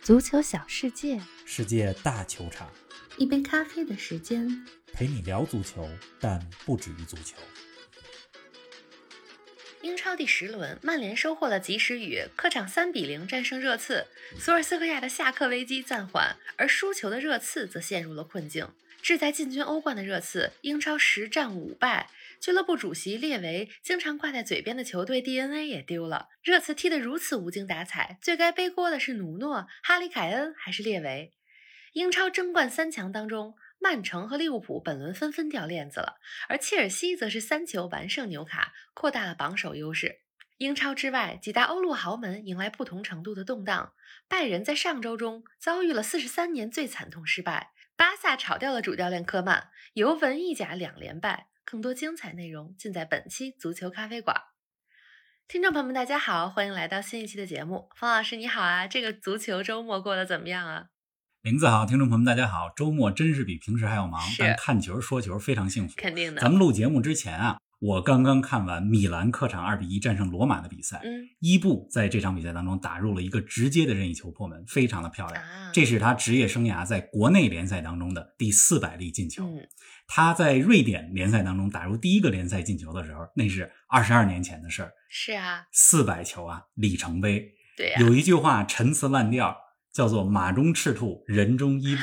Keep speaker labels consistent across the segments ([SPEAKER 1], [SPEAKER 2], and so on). [SPEAKER 1] 足球小世界，
[SPEAKER 2] 世界大球场，
[SPEAKER 1] 一杯咖啡的时间。
[SPEAKER 2] 陪你聊足球，但不止于足球。
[SPEAKER 1] 英超第十轮，曼联收获了及时雨，客场三比零战胜热刺，索尔斯克亚的下课危机暂缓，而输球的热刺则陷入了困境。志在进军欧冠的热刺，英超十战五败，俱乐部主席列维经常挂在嘴边的球队 DNA 也丢了。热刺踢得如此无精打采，最该背锅的是努诺、哈里凯恩还是列维？英超争冠三强当中，曼城和利物浦本轮纷纷掉链子了，而切尔西则是三球完胜纽卡，扩大了榜首优势。英超之外，几大欧陆豪门迎来不同程度的动荡。拜仁在上周中遭遇了四十三年最惨痛失败，巴萨炒掉了主教练科曼，尤文意甲两连败。更多精彩内容尽在本期足球咖啡馆。听众朋友们，大家好，欢迎来到新一期的节目。方老师你好啊，这个足球周末过得怎么样啊？
[SPEAKER 2] 林子好，听众朋友们，大家好。周末真是比平时还要忙，
[SPEAKER 1] 是
[SPEAKER 2] 但看球说球非常幸福。
[SPEAKER 1] 肯定的
[SPEAKER 2] 咱，们录节目之前啊，我刚刚看完米兰客场二比一战胜罗马的比赛，
[SPEAKER 1] 嗯
[SPEAKER 2] 伊布在这场比赛当中打入了一个直接的任意球破门，非常的漂亮。
[SPEAKER 1] 啊，
[SPEAKER 2] 这是他职业生涯在国内联赛当中的第四百粒进球。
[SPEAKER 1] 嗯
[SPEAKER 2] 他在瑞典联赛当中打入第一个联赛进球的时候，那是二十二年前的事儿，
[SPEAKER 1] 是啊，
[SPEAKER 2] 四百球啊，里程碑。
[SPEAKER 1] 对啊呀、
[SPEAKER 2] 有一句话陈词滥调，叫做“马中赤兔，人中伊 布”，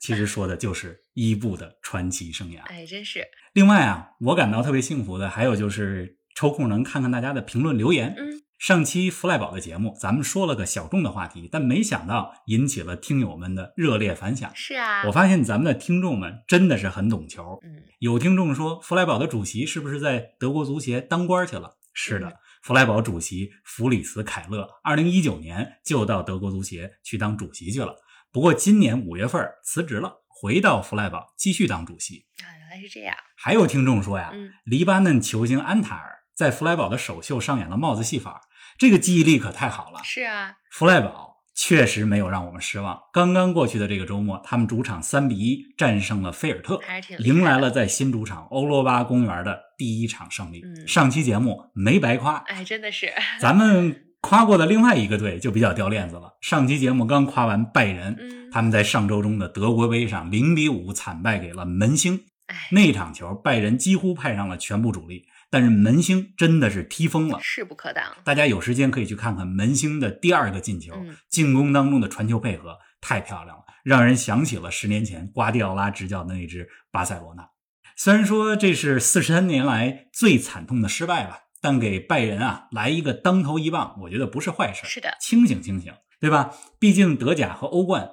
[SPEAKER 2] 其实说的就是伊布的传奇生涯。
[SPEAKER 1] 哎，真是，
[SPEAKER 2] 另外啊，我感到特别幸福的还有就是抽空能看看大家的评论留言。
[SPEAKER 1] 嗯，
[SPEAKER 2] 上期福来宝的节目，咱们说了个小众的话题，但没想到引起了听友们的热烈反响。
[SPEAKER 1] 是啊，
[SPEAKER 2] 我发现咱们的听众们真的是很懂球，
[SPEAKER 1] 嗯，
[SPEAKER 2] 有听众说，弗莱堡的主席是不是在德国足协当官去了？是的，弗莱堡主席弗里茨凯勒，二零一九年就到德国足协去当主席去了。不过今年五月份儿辞职了，回到弗莱堡继续当主席。
[SPEAKER 1] 啊，原来是这样，
[SPEAKER 2] 还有听众说呀，
[SPEAKER 1] 嗯，
[SPEAKER 2] 黎巴嫩球星安塔尔在弗莱堡的首秀上演了帽子戏法，这个记忆力可太好了。
[SPEAKER 1] 是啊，
[SPEAKER 2] 弗赖堡确实没有让我们失望。刚刚过去的这个周末，他们主场三比一战胜了菲尔特，
[SPEAKER 1] 还是挺厉害的
[SPEAKER 2] 迎来了在新主场欧罗巴公园的第一场胜利。
[SPEAKER 1] 嗯
[SPEAKER 2] 上期节目没白夸，
[SPEAKER 1] 哎，真的是，
[SPEAKER 2] 咱们夸过的另外一个队就比较掉链子了。上期节目刚夸完拜仁，
[SPEAKER 1] 嗯，
[SPEAKER 2] 他们在上周中的德国杯上零比五惨败给了门兴。
[SPEAKER 1] 哎，
[SPEAKER 2] 那场球，拜仁几乎派上了全部主力，但是门兴真的是踢疯了。
[SPEAKER 1] 势不可挡，
[SPEAKER 2] 大家有时间可以去看看门兴的第二个进球，
[SPEAKER 1] 嗯
[SPEAKER 2] 进攻当中的传球配合太漂亮了，让人想起了十年前瓜迪奥拉执教的那支巴塞罗那。虽然说这是四十三年来最惨痛的失败吧，但给拜仁啊来一个当头一棒，我觉得不是坏事。
[SPEAKER 1] 是的，
[SPEAKER 2] 清醒清醒，对吧？毕竟德甲和欧冠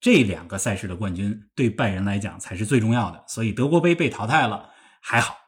[SPEAKER 2] 这两个赛事的冠军对拜仁来讲才是最重要的，所以德国杯被淘汰了还好。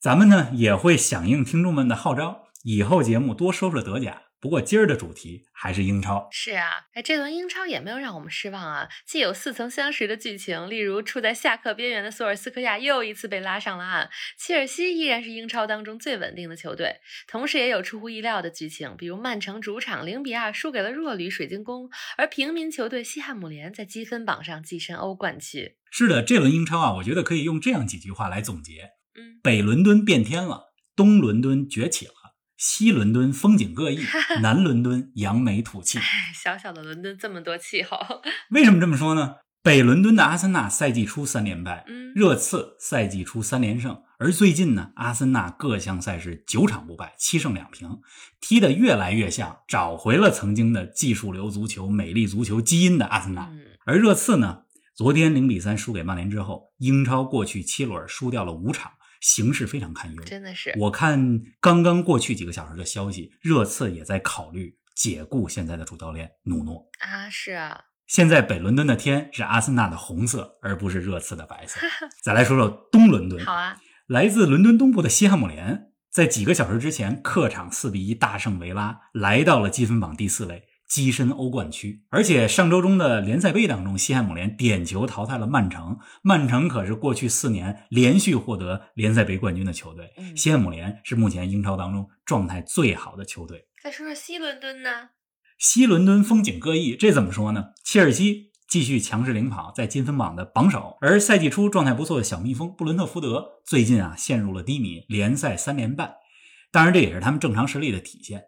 [SPEAKER 2] 咱们呢也会响应听众们的号召，以后节目多说说德甲。不过今儿的主题还是英超，
[SPEAKER 1] 是啊，哎，这轮英超也没有让我们失望啊，既有似曾相识的剧情，例如处在下课边缘的索尔斯克亚又一次被拉上了岸，切尔西依然是英超当中最稳定的球队，同时也有出乎意料的剧情，比如曼城主场零比二输给了弱旅水晶宫，而平民球队西汉姆联在积分榜上跻身欧冠区。
[SPEAKER 2] 是的，这轮英超啊，我觉得可以用这样几句话来总结：
[SPEAKER 1] 嗯，
[SPEAKER 2] 北伦敦变天了，东伦敦崛起了，西伦敦风景各 异，南伦敦扬眉吐气。
[SPEAKER 1] 哎，小小的伦敦这么多气候，
[SPEAKER 2] 为什么这么说呢？北伦敦的阿森纳赛季初三连败，
[SPEAKER 1] 嗯，
[SPEAKER 2] 热刺赛季初三连胜，而最近呢，阿森纳各项赛事九场不败，七胜两平，踢得越来越像找回了曾经的技术流足球、美丽足球基因的阿森纳。
[SPEAKER 1] 嗯，
[SPEAKER 2] 而热刺呢，昨天零比三输给曼联之后，英超过去七轮输掉了五场，形势非常堪忧。
[SPEAKER 1] 真的是，
[SPEAKER 2] 我看刚刚过去几个小时的消息，热刺也在考虑解雇现在的主教练努诺。
[SPEAKER 1] 啊，是啊，
[SPEAKER 2] 现在北伦敦的天是阿森纳的红色，而不是热刺的白 色。再来说说东伦敦，
[SPEAKER 1] 好啊，
[SPEAKER 2] 来自伦敦东部的西汉姆联，在几个小时之前客场四比一大胜维拉，来到了积分榜第四位，跻身欧冠区。而且上周中的联赛杯当中，西汉姆联点球淘汰了曼城，曼城可是过去四年连续获得联赛杯冠军的球队，
[SPEAKER 1] 嗯
[SPEAKER 2] 西汉姆联是目前英超当中状态最好的球队。
[SPEAKER 1] 再说说西伦敦呢，
[SPEAKER 2] 西伦敦风景各异，这怎么说呢？切尔西继续强势领跑，在积分榜的榜首。而赛季初状态不错的小蜜蜂布伦特福德，最近啊陷入了低迷，联赛三连败。当然，这也是他们正常实力的体现。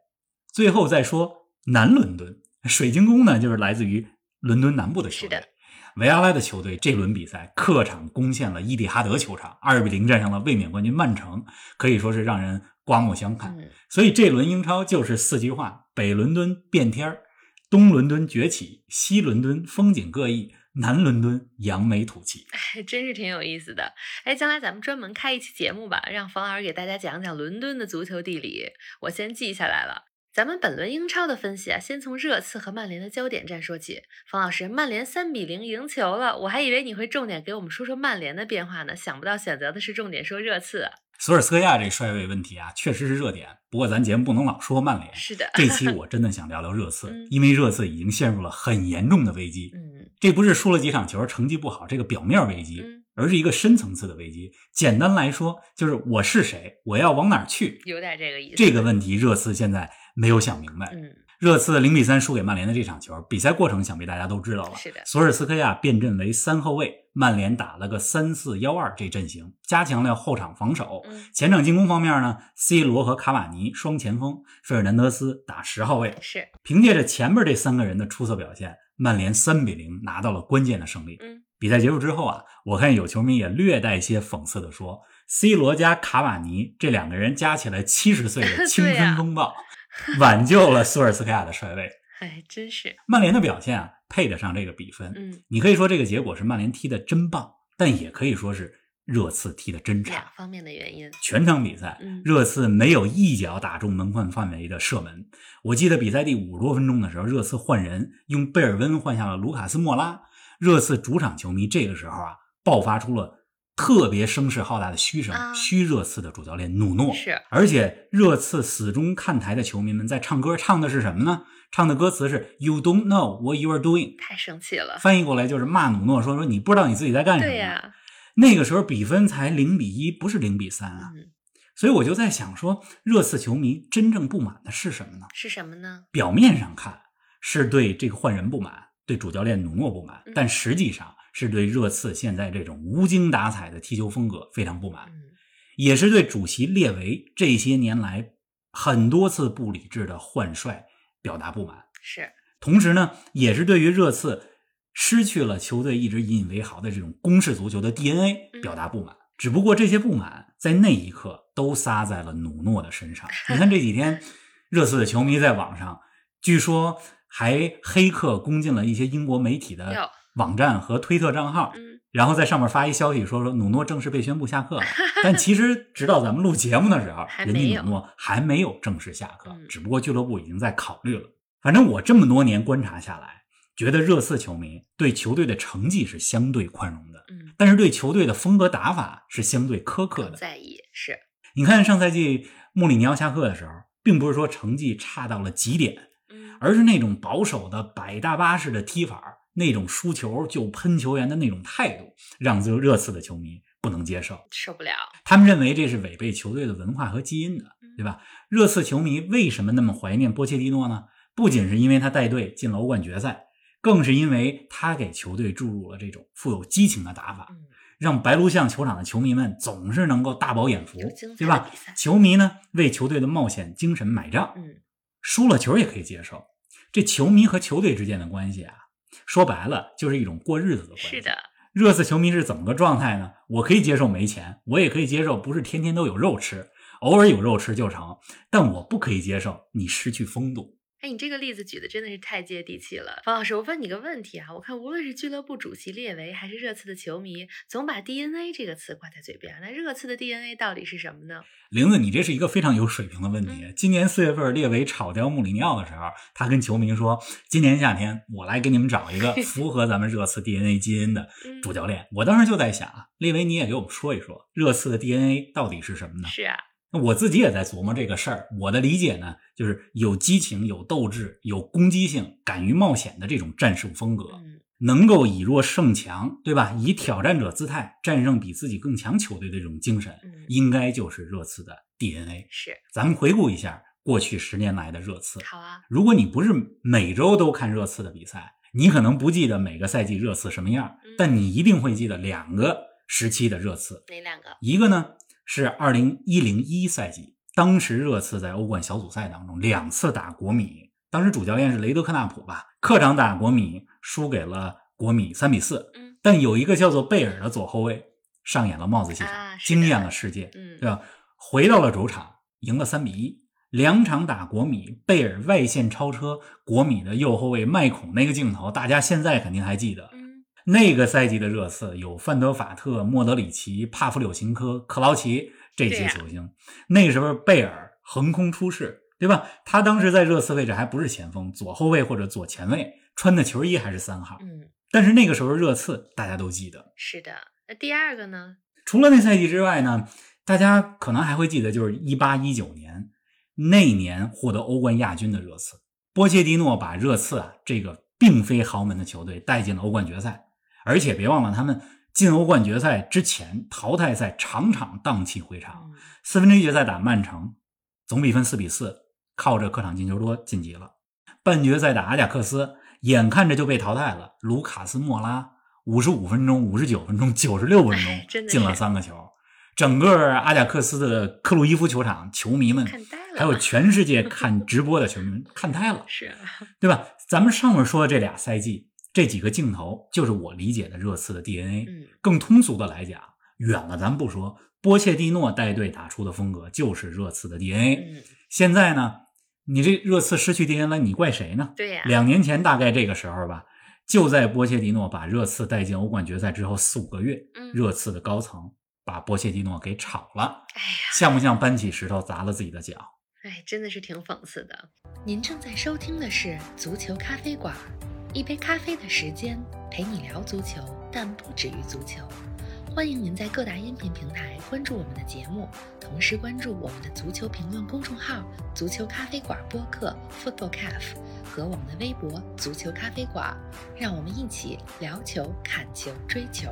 [SPEAKER 2] 最后再说南伦敦，水晶宫呢，就是来自于伦敦南部的球
[SPEAKER 1] 是
[SPEAKER 2] 队
[SPEAKER 1] 的。
[SPEAKER 2] 维阿拉的球队这轮比赛客场攻陷了伊蒂哈德球场，二比零战胜了卫冕冠军曼城，可以说是让人刮目相看。
[SPEAKER 1] 嗯，
[SPEAKER 2] 所以这轮英超就是四句话：北伦敦变天儿，东伦敦崛起，西伦敦风景各异，南伦敦扬眉吐气。
[SPEAKER 1] 还真是挺有意思的。哎，将来咱们专门开一期节目吧，让冯老师给大家讲讲伦敦的足球地理。我先记下来了。咱们本轮英超的分析啊，先从热刺和曼联的焦点战说起。冯老师，曼联三比零赢球了，我还以为你会重点给我们说说曼联的变化呢，想不到选择的是重点说热刺啊。
[SPEAKER 2] 索尔斯克亚这帅位问题啊，确实是热点。不过咱节目不能老说曼联，
[SPEAKER 1] 是的，
[SPEAKER 2] 这期我真的想聊聊热刺
[SPEAKER 1] 嗯，
[SPEAKER 2] 因为热刺已经陷入了很严重的危机。
[SPEAKER 1] 嗯
[SPEAKER 2] 这不是输了几场球，成绩不好这个表面危机，
[SPEAKER 1] 嗯，
[SPEAKER 2] 而是一个深层次的危机。简单来说，就是我是谁，我要往哪儿去
[SPEAKER 1] 有点这个意思。
[SPEAKER 2] 这个问题，热刺现在没有想明白。
[SPEAKER 1] 嗯，
[SPEAKER 2] 热刺零比三输给曼联的这场球，比赛过程想必大家都知道了。
[SPEAKER 1] 是的
[SPEAKER 2] 索尔斯克亚变阵为三后卫，曼联打了个三四幺二这阵型，加强了后场防守。
[SPEAKER 1] 嗯
[SPEAKER 2] 前场进攻方面呢，C 罗和卡瓦尼双前锋，费尔南德斯打十号位。
[SPEAKER 1] 是，
[SPEAKER 2] 凭借着前面这三个人的出色表现，曼联三比零拿到了关键的胜利。
[SPEAKER 1] 嗯
[SPEAKER 2] 比赛结束之后啊，我看有球迷也略带些讽刺的说：“C 罗加卡瓦尼这两个人加起来七十岁
[SPEAKER 1] 对啊
[SPEAKER 2] 的
[SPEAKER 1] 呀
[SPEAKER 2] 青春风暴，挽救了索尔斯克亚的帅位。
[SPEAKER 1] 哎，真是，
[SPEAKER 2] 曼联的表现啊，配得上这个比分。
[SPEAKER 1] 嗯，
[SPEAKER 2] 你可以说这个结果是曼联踢得真棒，但也可以说是热刺踢得真差
[SPEAKER 1] 两。方面的原因。
[SPEAKER 2] 全场比赛
[SPEAKER 1] 嗯，
[SPEAKER 2] 热刺没有一脚打中门框范围的射门。我记得比赛第五十多分钟的时候，热刺换人，用贝尔温换下了卢卡斯·莫拉。热刺主场球迷这个时候啊，爆发出了特别声势浩大的嘘声，
[SPEAKER 1] 啊
[SPEAKER 2] 嘘热刺的主教练努诺。
[SPEAKER 1] 是，
[SPEAKER 2] 而且热刺死忠看台的球迷们在唱歌，唱的是什么呢？唱的歌词是 “You don't know what you are doing”，
[SPEAKER 1] 太生气了。
[SPEAKER 2] 翻译过来就是骂努诺说说你不知道你自己在干什么。
[SPEAKER 1] 对呀、
[SPEAKER 2] 那个时候比分才零比一，不是零比三啊。
[SPEAKER 1] 嗯，
[SPEAKER 2] 所以我就在想说，热刺球迷真正不满的是什么呢？
[SPEAKER 1] 是什么呢？
[SPEAKER 2] 表面上看是对这个换人不满，对主教练努诺不满
[SPEAKER 1] 嗯，
[SPEAKER 2] 但实际上是对热刺现在这种无精打采的踢球风格非常不满，
[SPEAKER 1] 嗯，
[SPEAKER 2] 也是对主席列维这些年来很多次不理智的换帅表达不满。
[SPEAKER 1] 是，
[SPEAKER 2] 同时呢，也是对于热刺失去了球队一直引以为豪的这种攻势足球的 DNA
[SPEAKER 1] 嗯
[SPEAKER 2] 表达不满。只不过这些不满在那一刻都撒在了努诺的身上。你看这几 天，热刺的球迷在网上，据说还黑客攻进了一些英国媒体
[SPEAKER 1] 哟
[SPEAKER 2] 的网站和推特账号，
[SPEAKER 1] 嗯，
[SPEAKER 2] 然后在上面发一消息说说努诺正式被宣布下课了，但其实直到咱们录节目的时候
[SPEAKER 1] 还，
[SPEAKER 2] 人
[SPEAKER 1] 没有
[SPEAKER 2] 家努诺还没有正式下课
[SPEAKER 1] 嗯，
[SPEAKER 2] 只不过俱乐部已经在考虑了。反正我这么多年观察下来，觉得热刺球迷对球队的成绩是相对宽容的，
[SPEAKER 1] 嗯，
[SPEAKER 2] 但是对球队的风格打法是相对苛刻
[SPEAKER 1] 更
[SPEAKER 2] 的。
[SPEAKER 1] 在意是，
[SPEAKER 2] 你看上赛季穆里尼奥下课的时候，并不是说成绩差到了极点，
[SPEAKER 1] 嗯，
[SPEAKER 2] 而是那种保守的百大巴式的踢法，那种输球就喷球员的那种态度，让热热刺的球迷不能接受。
[SPEAKER 1] 受不了，
[SPEAKER 2] 他们认为这是违背球队的文化和基因的，
[SPEAKER 1] 嗯
[SPEAKER 2] 对吧？热刺球迷为什么那么怀念波切蒂诺呢？不仅是因为他带队进了欧冠决赛，更是因为他给球队注入了这种富有激情的打法，
[SPEAKER 1] 嗯，
[SPEAKER 2] 让白鹿巷球场的球迷们总是能够大饱眼福
[SPEAKER 1] 有精，彩
[SPEAKER 2] 对
[SPEAKER 1] 的
[SPEAKER 2] 吧
[SPEAKER 1] 比？赛，
[SPEAKER 2] 球迷呢为球队的冒险精神买账，
[SPEAKER 1] 嗯，
[SPEAKER 2] 输了球也可以接受。这球迷和球队之间的关系啊，说白了就是一种过日子的关系。
[SPEAKER 1] 是，的，
[SPEAKER 2] 热刺球迷是怎么个状态呢？我可以接受没钱，我也可以接受不是天天都有肉吃，偶尔有肉吃就成。但我不可以接受你失去风度。
[SPEAKER 1] 哎，你这个例子举的真的是太接地气了，方老师，我问你个问题啊，我看无论是俱乐部主席列维还是热刺的球迷，总把 DNA 这个词挂在嘴边儿，那热刺的 DNA 到底是什么呢？
[SPEAKER 2] 玲子，你这是一个非常有水平的问
[SPEAKER 1] 嗯
[SPEAKER 2] 题。今年四月份，列维炒掉穆里尼奥的时候，他跟球迷说：“今年夏天我来给你们找一 个符合咱们热刺 DNA 基因的
[SPEAKER 1] 嗯，
[SPEAKER 2] 主教练。”我当时就在想啊，列维你也给我们说一说，热刺的 DNA 到底是什么呢？
[SPEAKER 1] 是啊，
[SPEAKER 2] 我自己也在琢磨这个事儿。我的理解呢，就是有激情、有斗志、有攻击性、敢于冒险的这种战术风格，
[SPEAKER 1] 嗯，
[SPEAKER 2] 能够以弱胜强，对吧？以挑战者姿态战胜比自己更强球队的这种精神，
[SPEAKER 1] 嗯
[SPEAKER 2] 应该就是热刺的 DNA。
[SPEAKER 1] 是，
[SPEAKER 2] 咱们回顾一下过去十年来的热刺，
[SPEAKER 1] 好啊，
[SPEAKER 2] 如果你不是每周都看热刺的比赛，你可能不记得每个赛季热刺什么样
[SPEAKER 1] 嗯，
[SPEAKER 2] 但你一定会记得两个时期的热刺。
[SPEAKER 1] 哪两个？
[SPEAKER 2] 一个呢是二零一零一赛季，当时热刺在欧冠小组赛当中两次打国米，当时主教练是雷德克纳普吧，客场打国米，输给了国米三比四。
[SPEAKER 1] 嗯
[SPEAKER 2] 但有一个叫做贝尔的左后卫上演了帽子戏法，
[SPEAKER 1] 啊是的
[SPEAKER 2] 惊艳了世界，
[SPEAKER 1] 嗯
[SPEAKER 2] 对吧？呃回到了主场，赢了三比一。两场打国米，贝尔外线超车国米的右后卫麦孔那个镜头，大家现在肯定还记得。
[SPEAKER 1] 嗯
[SPEAKER 2] 那个赛季的热刺有范德法特、莫德里奇、帕夫柳琴科、克劳奇这些球星。那时候贝尔横空出世，对吧？他当时在热刺位置还不是前锋，左后卫或者左前卫，穿的球衣还是三号。
[SPEAKER 1] 嗯，
[SPEAKER 2] 但是那个时候热刺大家都记得，
[SPEAKER 1] 是的。那第二个呢？
[SPEAKER 2] 除了那赛季之外呢，大家可能还会记得，就是一八一九年那年获得欧冠亚军的热刺，波切蒂诺把热刺啊这个并非豪门的球队带进了欧冠决赛，而且别忘了他们进欧冠决赛之前淘汰赛场场荡气回肠，
[SPEAKER 1] 嗯
[SPEAKER 2] 四分之一决赛打曼城，总比分四比四，靠着客场进球多晋级了。半决赛打阿贾克斯，眼看着就被淘汰了。卢卡斯·莫拉五十五分钟、五十九分钟、九十六分 钟
[SPEAKER 1] 真的
[SPEAKER 2] 进了
[SPEAKER 1] 是
[SPEAKER 2] 三个球，整个阿贾克斯的克鲁伊夫球场，球迷们
[SPEAKER 1] 看呆了
[SPEAKER 2] 嗯
[SPEAKER 1] 啊
[SPEAKER 2] 还有全世界看直播的球迷们看呆 了，
[SPEAKER 1] 是啊
[SPEAKER 2] 对吧？咱们上面说的这俩赛季，这几个镜头就是我理解的热刺的 DNA。
[SPEAKER 1] 嗯
[SPEAKER 2] 更通俗的来讲，远了咱不说，波切蒂诺带队打出的风格就是热刺的 DNA。
[SPEAKER 1] 嗯，
[SPEAKER 2] 现在呢，你这热刺失去 DNA 了，你怪谁呢？
[SPEAKER 1] 对呀、
[SPEAKER 2] 两年前大概这个时候吧，就在波切蒂诺把热刺带进欧冠决赛之后四五个月，
[SPEAKER 1] 嗯，
[SPEAKER 2] 热刺的高层把波切蒂诺给炒了，
[SPEAKER 1] 哎呀。
[SPEAKER 2] 像不像搬起石头砸了自己的脚？
[SPEAKER 1] 哎，真的是挺讽刺的。您正在收听的是《足球咖啡馆》，一杯咖啡的时间陪你聊足球，但不止于足球。欢迎您在各大音频平台关注我们的节目，同时关注我们的足球评论公众号“足球咖啡馆”播客 （Football Cafe） 和我们的微博“足球咖啡馆”，让我们一起聊球、看球、追球。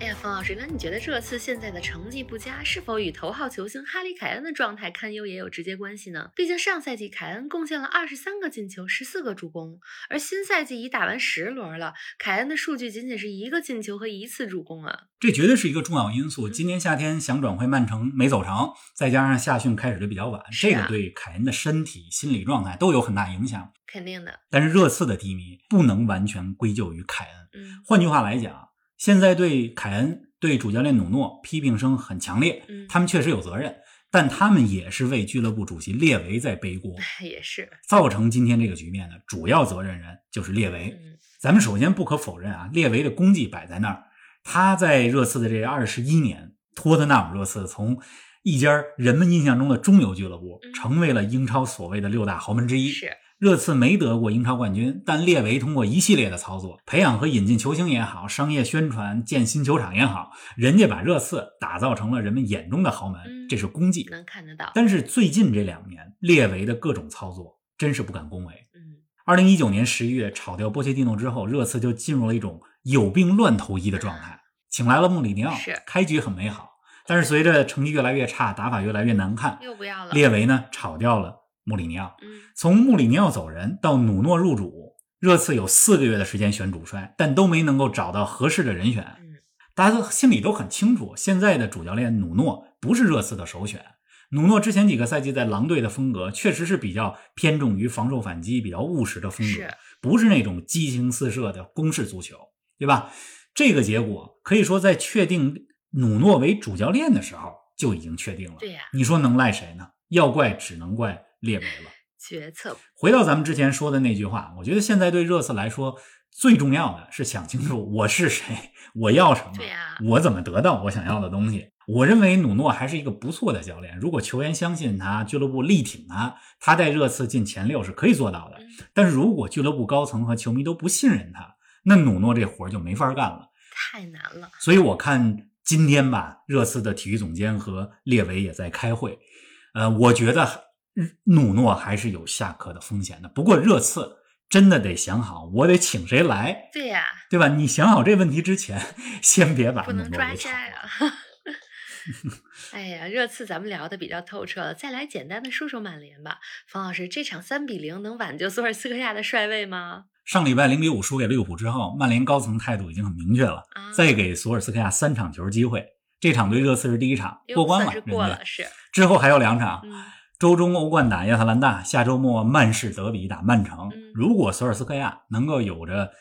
[SPEAKER 1] 哎呀，冯老师，那你觉得热刺现在的成绩不佳，是否与头号球星哈里·凯恩的状态堪忧也有直接关系呢？毕竟上赛季凯恩贡献了二十三个进球，十四个助攻，而新赛季已打完十轮了，凯恩的数据仅仅是一个进球和一次助攻啊！
[SPEAKER 2] 这绝对是一个重要因素。今年夏天想转会曼城没走成，再加上夏训开始的比较晚，
[SPEAKER 1] 是
[SPEAKER 2] 这
[SPEAKER 1] 啊
[SPEAKER 2] 个对凯恩的身体、心理状态都有很大影响。
[SPEAKER 1] 肯定的，
[SPEAKER 2] 但是热刺的低迷不能完全归咎于凯恩。
[SPEAKER 1] 嗯
[SPEAKER 2] 换句话来讲，现在对凯恩、对主教练努诺批评声很强烈，
[SPEAKER 1] 嗯，
[SPEAKER 2] 他们确实有责任，但他们也是为俱乐部主席列维在背锅。
[SPEAKER 1] 也是，
[SPEAKER 2] 造成今天这个局面的主要责任人就是列维。
[SPEAKER 1] 嗯
[SPEAKER 2] 咱们首先不可否认啊，列维的功绩摆在那儿，他在热刺的这二十一年，托特纳姆热刺从一家人们印象中的中游俱乐部
[SPEAKER 1] 嗯，
[SPEAKER 2] 成为了英超所谓的六大豪门之一。
[SPEAKER 1] 是，
[SPEAKER 2] 热刺没得过英超冠军，但列维通过一系列的操作，培养和引进球星也好，商业宣传、建新球场也好，人家把热刺打造成了人们眼中的豪
[SPEAKER 1] 嗯
[SPEAKER 2] 门，这是功绩。
[SPEAKER 1] 能看得到，
[SPEAKER 2] 但是最近这两年，列维的各种操作真是不敢恭维。
[SPEAKER 1] 嗯，
[SPEAKER 2] 二零一九年十一月炒掉波切蒂诺之后，热刺就进入了一种有病乱投医的状态，请来了穆里尼奥
[SPEAKER 1] 是，
[SPEAKER 2] 开局很美好，但是随着成绩越来越差，打法越来越难看，
[SPEAKER 1] 又不要了，
[SPEAKER 2] 列维呢炒掉了穆里尼奥。
[SPEAKER 1] 嗯
[SPEAKER 2] 从穆里尼奥走人到努诺入主，热刺有四个月的时间选主帅，但都没能够找到合适的人选。
[SPEAKER 1] 嗯
[SPEAKER 2] 大家都心里都很清楚，现在的主教练努诺不是热刺的首选。努诺之前几个赛季在狼队的风格确实是比较偏重于防守反击、比较务实的风格
[SPEAKER 1] 是，
[SPEAKER 2] 不是那种激情四射的攻势足球，对吧？这个结果可以说在确定努诺为主教练的时候就已经确定了。
[SPEAKER 1] 对呀、
[SPEAKER 2] 你说能赖谁呢？要怪只能怪列维了。
[SPEAKER 1] 决策
[SPEAKER 2] 回到咱们之前说的那句话，我觉得现在对热刺来说最重要的是想清楚我是谁，我要什么，
[SPEAKER 1] 对呀
[SPEAKER 2] 我怎么得到我想要的东西。我认为努诺还是一个不错的教练，如果球员相信他，俱乐部力挺他，他带热刺进前六是可以做到的
[SPEAKER 1] 嗯。
[SPEAKER 2] 但是如果俱乐部高层和球迷都不信任他，那努诺这活儿就没法干了。
[SPEAKER 1] 太难了，
[SPEAKER 2] 所以我看今天吧，热刺的体育总监和列维也在开会。呃，我觉得嗯努诺还是有下课的风险的。不过热刺真的得想好，我得请谁来，
[SPEAKER 1] 对呀、
[SPEAKER 2] 对吧？你想好这问题之前，先别把
[SPEAKER 1] 不
[SPEAKER 2] 努诺
[SPEAKER 1] 能
[SPEAKER 2] 给
[SPEAKER 1] 抓
[SPEAKER 2] 炒
[SPEAKER 1] 瞎呀
[SPEAKER 2] 了。！
[SPEAKER 1] 哎呀，热刺咱们聊的比较透彻了，再来简单的说说曼联吧。冯老师，这场三比零能挽救索尔斯克亚的帅位吗？
[SPEAKER 2] 上礼拜零比五输给利物浦之后，曼联高层态度已经很明确了，
[SPEAKER 1] 啊，
[SPEAKER 2] 再给索尔斯克亚三场球机会。这场对热刺是第一场，
[SPEAKER 1] 又
[SPEAKER 2] 过关
[SPEAKER 1] 算
[SPEAKER 2] 了，
[SPEAKER 1] 是
[SPEAKER 2] 人
[SPEAKER 1] 过
[SPEAKER 2] 家
[SPEAKER 1] 了，是，
[SPEAKER 2] 之后还有两场，
[SPEAKER 1] 嗯，
[SPEAKER 2] 周中欧冠打亚特兰大，下周末曼市德比打曼城
[SPEAKER 1] 嗯。
[SPEAKER 2] 如果索尔斯克亚能够有着，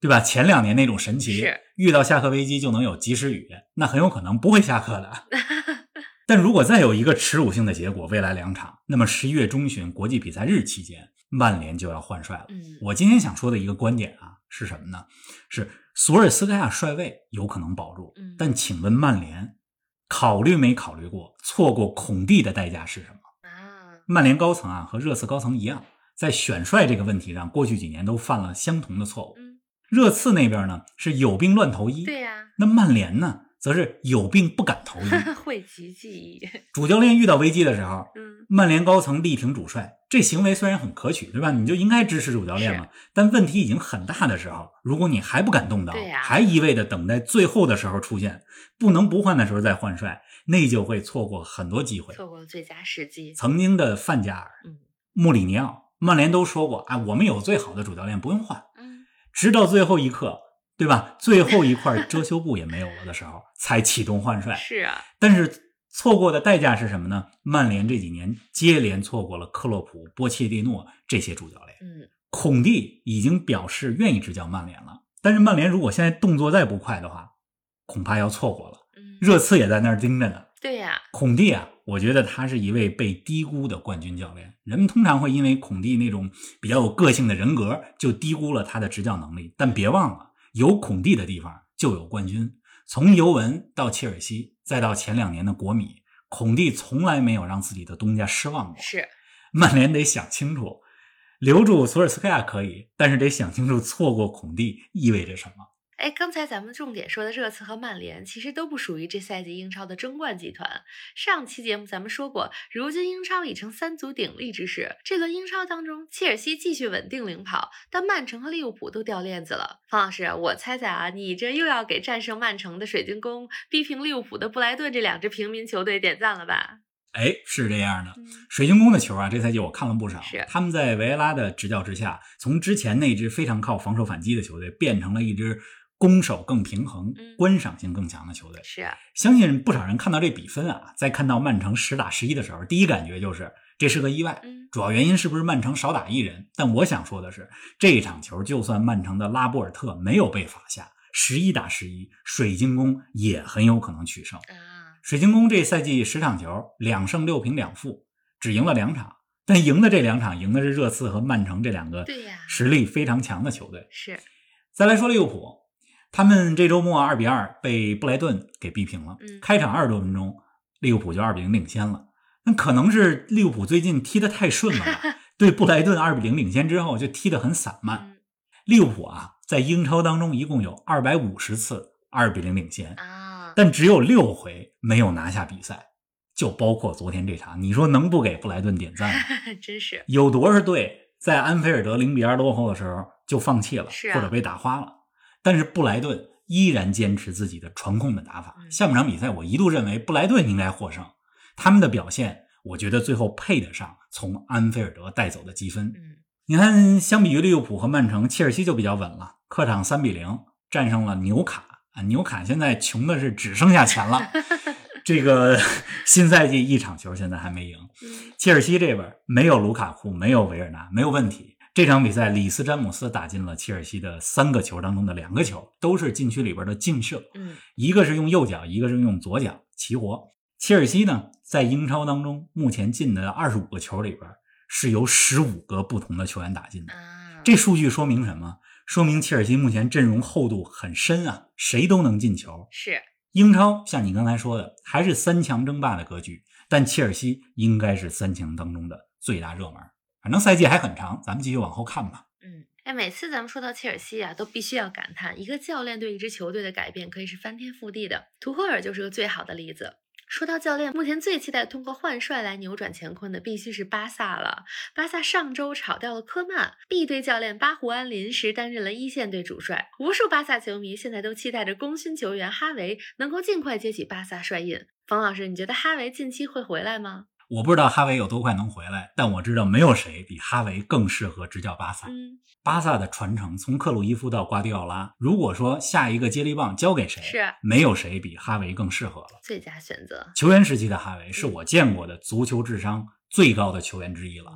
[SPEAKER 2] 对吧？前两年那种神奇
[SPEAKER 1] 是，
[SPEAKER 2] 遇到下课危机就能有及时雨，那很有可能不会下课 的。但如果再有一个耻辱性的结果，未来两场，那么十一月中旬国际比赛日期间，曼联就要换帅了。
[SPEAKER 1] 嗯，
[SPEAKER 2] 我今天想说的一个观点啊，是什么呢？是索尔斯克亚帅位有可能保住
[SPEAKER 1] 嗯，
[SPEAKER 2] 但请问曼联考虑没考虑过错过孔蒂的代价是什么？
[SPEAKER 1] 啊，
[SPEAKER 2] 曼联高层啊和热刺高层一样，在选帅这个问题上，过去几年都犯了相同的错误。
[SPEAKER 1] 嗯，
[SPEAKER 2] 热刺那边呢是有病乱投医，
[SPEAKER 1] 对呀、
[SPEAKER 2] 那曼联呢则是有病不敢 投医。
[SPEAKER 1] 汇集记忆，
[SPEAKER 2] 主教练遇到危机的时候，
[SPEAKER 1] 嗯，
[SPEAKER 2] 曼联高层力挺主帅，这行为虽然很可取，对吧？你就应该支持主教练嘛。但问题已经很大的时候，如果你还不敢动刀，
[SPEAKER 1] 对呀
[SPEAKER 2] 还一味的等待最后的时候出现，不能不换的时候再换帅，那就会错过很多机会。
[SPEAKER 1] 错过了最佳时机，
[SPEAKER 2] 曾经的范加尔
[SPEAKER 1] 嗯、
[SPEAKER 2] 穆里尼奥、曼联都说过啊，我们有最好的主教练，不用换。
[SPEAKER 1] 嗯，
[SPEAKER 2] 直到最后一刻，对吧？最后一块遮羞布也没有了的时候，才启动换帅。
[SPEAKER 1] 是啊，
[SPEAKER 2] 但是错过的代价是什么呢？曼联这几年接连错过了克洛普、波切蒂诺这些主教练，
[SPEAKER 1] 嗯，
[SPEAKER 2] 孔蒂已经表示愿意执教曼联了。但是曼联如果现在动作再不快的话，恐怕要错过了。
[SPEAKER 1] 嗯，
[SPEAKER 2] 热刺也在那儿盯着呢。
[SPEAKER 1] 对呀、
[SPEAKER 2] 孔蒂啊，我觉得他是一位被低估的冠军教练。人们通常会因为孔蒂那种比较有个性的人格，就低估了他的执教能力。但别忘了，有孔蒂的地方就有冠军。从尤文到切尔西，再到前两年的国米，孔蒂从来没有让自己的东家失望过。
[SPEAKER 1] 是，
[SPEAKER 2] 曼联得想清楚，留住索尔斯克亚可以，但是得想清楚错过孔蒂意味着什么。
[SPEAKER 1] 哎，刚才咱们重点说的热刺和曼联，其实都不属于这赛季英超的争冠集团。上期节目咱们说过，如今英超已成三足鼎立之势。这轮英超当中，切尔西继续稳定领跑，但曼城和利物浦都掉链子了。方老师，我猜猜啊，你这又要给战胜曼城的水晶宫、逼平利物浦的布莱顿这两支平民球队点赞了吧？
[SPEAKER 2] 哎，是这样的。
[SPEAKER 1] 嗯，
[SPEAKER 2] 水晶宫的球啊，这赛季我看了不少
[SPEAKER 1] 是。
[SPEAKER 2] 他们在维埃拉的执教之下，从之前那支非常靠防守反击的球队，变成了一支攻守更平衡
[SPEAKER 1] 嗯、
[SPEAKER 2] 观赏性更强的球队。
[SPEAKER 1] 是啊，
[SPEAKER 2] 相信不少人看到这比分啊，在看到曼城十打十一的时候，第一感觉就是这是个意外。
[SPEAKER 1] 嗯，
[SPEAKER 2] 主要原因是不是曼城少打一人？但我想说的是，这一场球就算曼城的拉波尔特没有被罚下，十一打十一，水晶宫也很有可能取胜。
[SPEAKER 1] 啊，
[SPEAKER 2] 水晶宫这赛季十场球，两胜六平两负，只赢了两场，但赢的这两场赢的是热刺和曼城这两个
[SPEAKER 1] 对呀
[SPEAKER 2] 实力非常强的球队。
[SPEAKER 1] 是，
[SPEAKER 2] 再来说利物浦，他们这周末二比二被布莱顿给逼平了。
[SPEAKER 1] 嗯
[SPEAKER 2] 开场二十多分钟，利物浦就二比零领先了。那可能是利物浦最近踢得太顺了 吧？对布莱顿二比零领先之后，就踢得很散漫。
[SPEAKER 1] 嗯
[SPEAKER 2] 利物浦啊，在英超当中一共有二百五十次二比零领先，
[SPEAKER 1] 啊，
[SPEAKER 2] 但只有六回没有拿下比赛，就包括昨天这场，你说能不给布莱顿点 赞吗？
[SPEAKER 1] 真是，
[SPEAKER 2] 有多少队在安菲尔德零比二落后的时候就放弃了，
[SPEAKER 1] 是啊
[SPEAKER 2] 或者被打花了？但是布莱顿依然坚持自己的传控的打法。
[SPEAKER 1] 嗯
[SPEAKER 2] 下半场比赛，我一度认为布莱顿应该获胜，他们的表现，我觉得最后配得上从安菲尔德带走的积分。
[SPEAKER 1] 嗯，
[SPEAKER 2] 你看，相比于利物浦和曼城，切尔西就比较稳了，客场三比零战胜了纽卡啊！纽卡现在穷的是只剩下钱了，这个 新赛季一场球现在还没赢。
[SPEAKER 1] 嗯，
[SPEAKER 2] 切尔西这边没有卢卡库，没有维尔纳，没有问题。这场比赛，里斯詹姆斯打进了切尔西的三个球当中的两个球，都是禁区里边的劲射。
[SPEAKER 1] 嗯，
[SPEAKER 2] 一个是用右脚，一个是用左脚齐活。切尔西呢，在英超当中目前进的二十五个球里边，是由十五个不同的球员打进的。
[SPEAKER 1] 啊，
[SPEAKER 2] 这数据说明什么？说明切尔西目前阵容厚度很深啊，谁都能进球。
[SPEAKER 1] 是，
[SPEAKER 2] 英超像你刚才说的，还是三强争霸的格局，但切尔西应该是三强当中的最大热门。反正赛季还很长，咱们继续往后看吧。
[SPEAKER 1] 嗯，哎，每次咱们说到切尔西啊，都必须要感叹，一个教练对一支球队的改变可以是翻天覆地的。图赫尔就是个最好的例子。说到教练，目前最期待通过换帅来扭转乾坤的，必须是巴萨了。巴萨上周炒掉了科曼，B 队教练巴胡安临时担任了一线队主帅。无数巴萨球迷现在都期待着功勋球员哈维能够尽快接起巴萨帅印。冯老师，你觉得哈维近期会回来吗？
[SPEAKER 2] 我不知道哈维有多快能回来，但我知道没有谁比哈维更适合执教巴萨。
[SPEAKER 1] 嗯，
[SPEAKER 2] 巴萨的传承从克鲁伊夫到瓜迪奥拉，如果说下一个接力棒交给谁，
[SPEAKER 1] 是
[SPEAKER 2] 没有谁比哈维更适合了。
[SPEAKER 1] 最佳选择。
[SPEAKER 2] 球员时期的哈维是我见过的足球智商最高的球员之一了。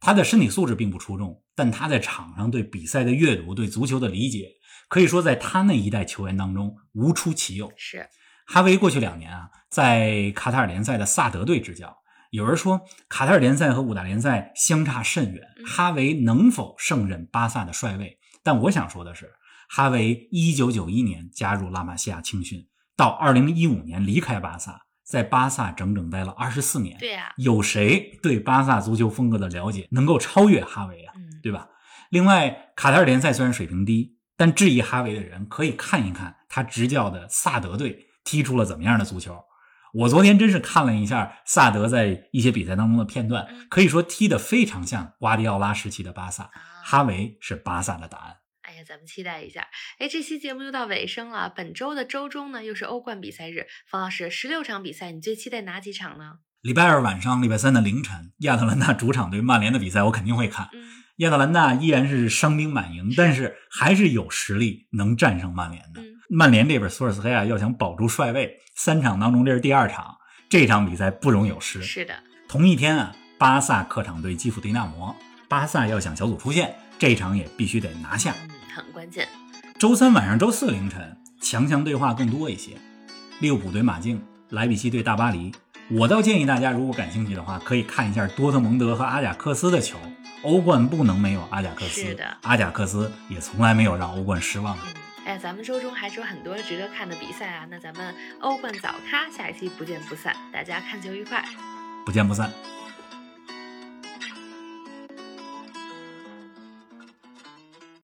[SPEAKER 2] 他的身体素质并不出众，但他在场上对比赛的阅读、对足球的理解，可以说在他那一代球员当中无出其右。
[SPEAKER 1] 是，
[SPEAKER 2] 哈维过去两年啊，在卡塔尔联赛的萨德队执教。有人说，卡塔尔联赛和五大联赛相差甚远，
[SPEAKER 1] 嗯
[SPEAKER 2] 哈维能否胜任巴萨的帅位？但我想说的是，哈维1991年加入拉玛西亚青训，到2015年离开巴萨，在巴萨整整待了24年。
[SPEAKER 1] 对啊呀、
[SPEAKER 2] 有谁对巴萨足球风格的了解能够超越哈维啊？
[SPEAKER 1] 嗯，
[SPEAKER 2] 对吧？另外，卡塔尔联赛虽然水平低，但质疑哈维的人可以看一看他执教的萨德队踢出了怎么样的足球。我昨天真是看了一下萨德在一些比赛当中的片段
[SPEAKER 1] 嗯，
[SPEAKER 2] 可以说踢得非常像瓜迪奥拉时期的巴萨。
[SPEAKER 1] 啊，
[SPEAKER 2] 哈维是巴萨的答案。
[SPEAKER 1] 哎呀，咱们期待一下。哎，这期节目又到尾声了，本周的周中呢又是欧冠比赛日，冯老师，十六场比赛，你最期待哪几场呢？
[SPEAKER 2] 礼拜二晚上、礼拜三的凌晨，亚特兰大主场对曼联的比赛，我肯定会看。
[SPEAKER 1] 嗯
[SPEAKER 2] 亚特兰大依然是伤兵满营，但是还是有实力能战胜曼联的。
[SPEAKER 1] 嗯，
[SPEAKER 2] 曼联这边索尔斯克亚要想保住帅位，三场当中这是第二场，这场比赛不容有失。
[SPEAKER 1] 是的，
[SPEAKER 2] 同一天啊，巴萨客场对基辅迪纳摩，巴萨要想小组出线，这场也必须得拿下。
[SPEAKER 1] 嗯，很关键。
[SPEAKER 2] 周三晚上、周四凌晨，强强对话更多一些，利物浦对马竞，莱比锡对大巴黎。我倒建议大家，如果感兴趣的话，可以看一下多特蒙德和阿贾克斯的球。欧冠不能没有阿贾克斯，
[SPEAKER 1] 是的
[SPEAKER 2] 阿贾克斯也从来没有让欧冠失望过。
[SPEAKER 1] 嗯，哎，咱们周中还是有很多值得看的比赛啊。那咱们欧冠早咖下一期不见不散，大家看球愉快。
[SPEAKER 2] 不见不散。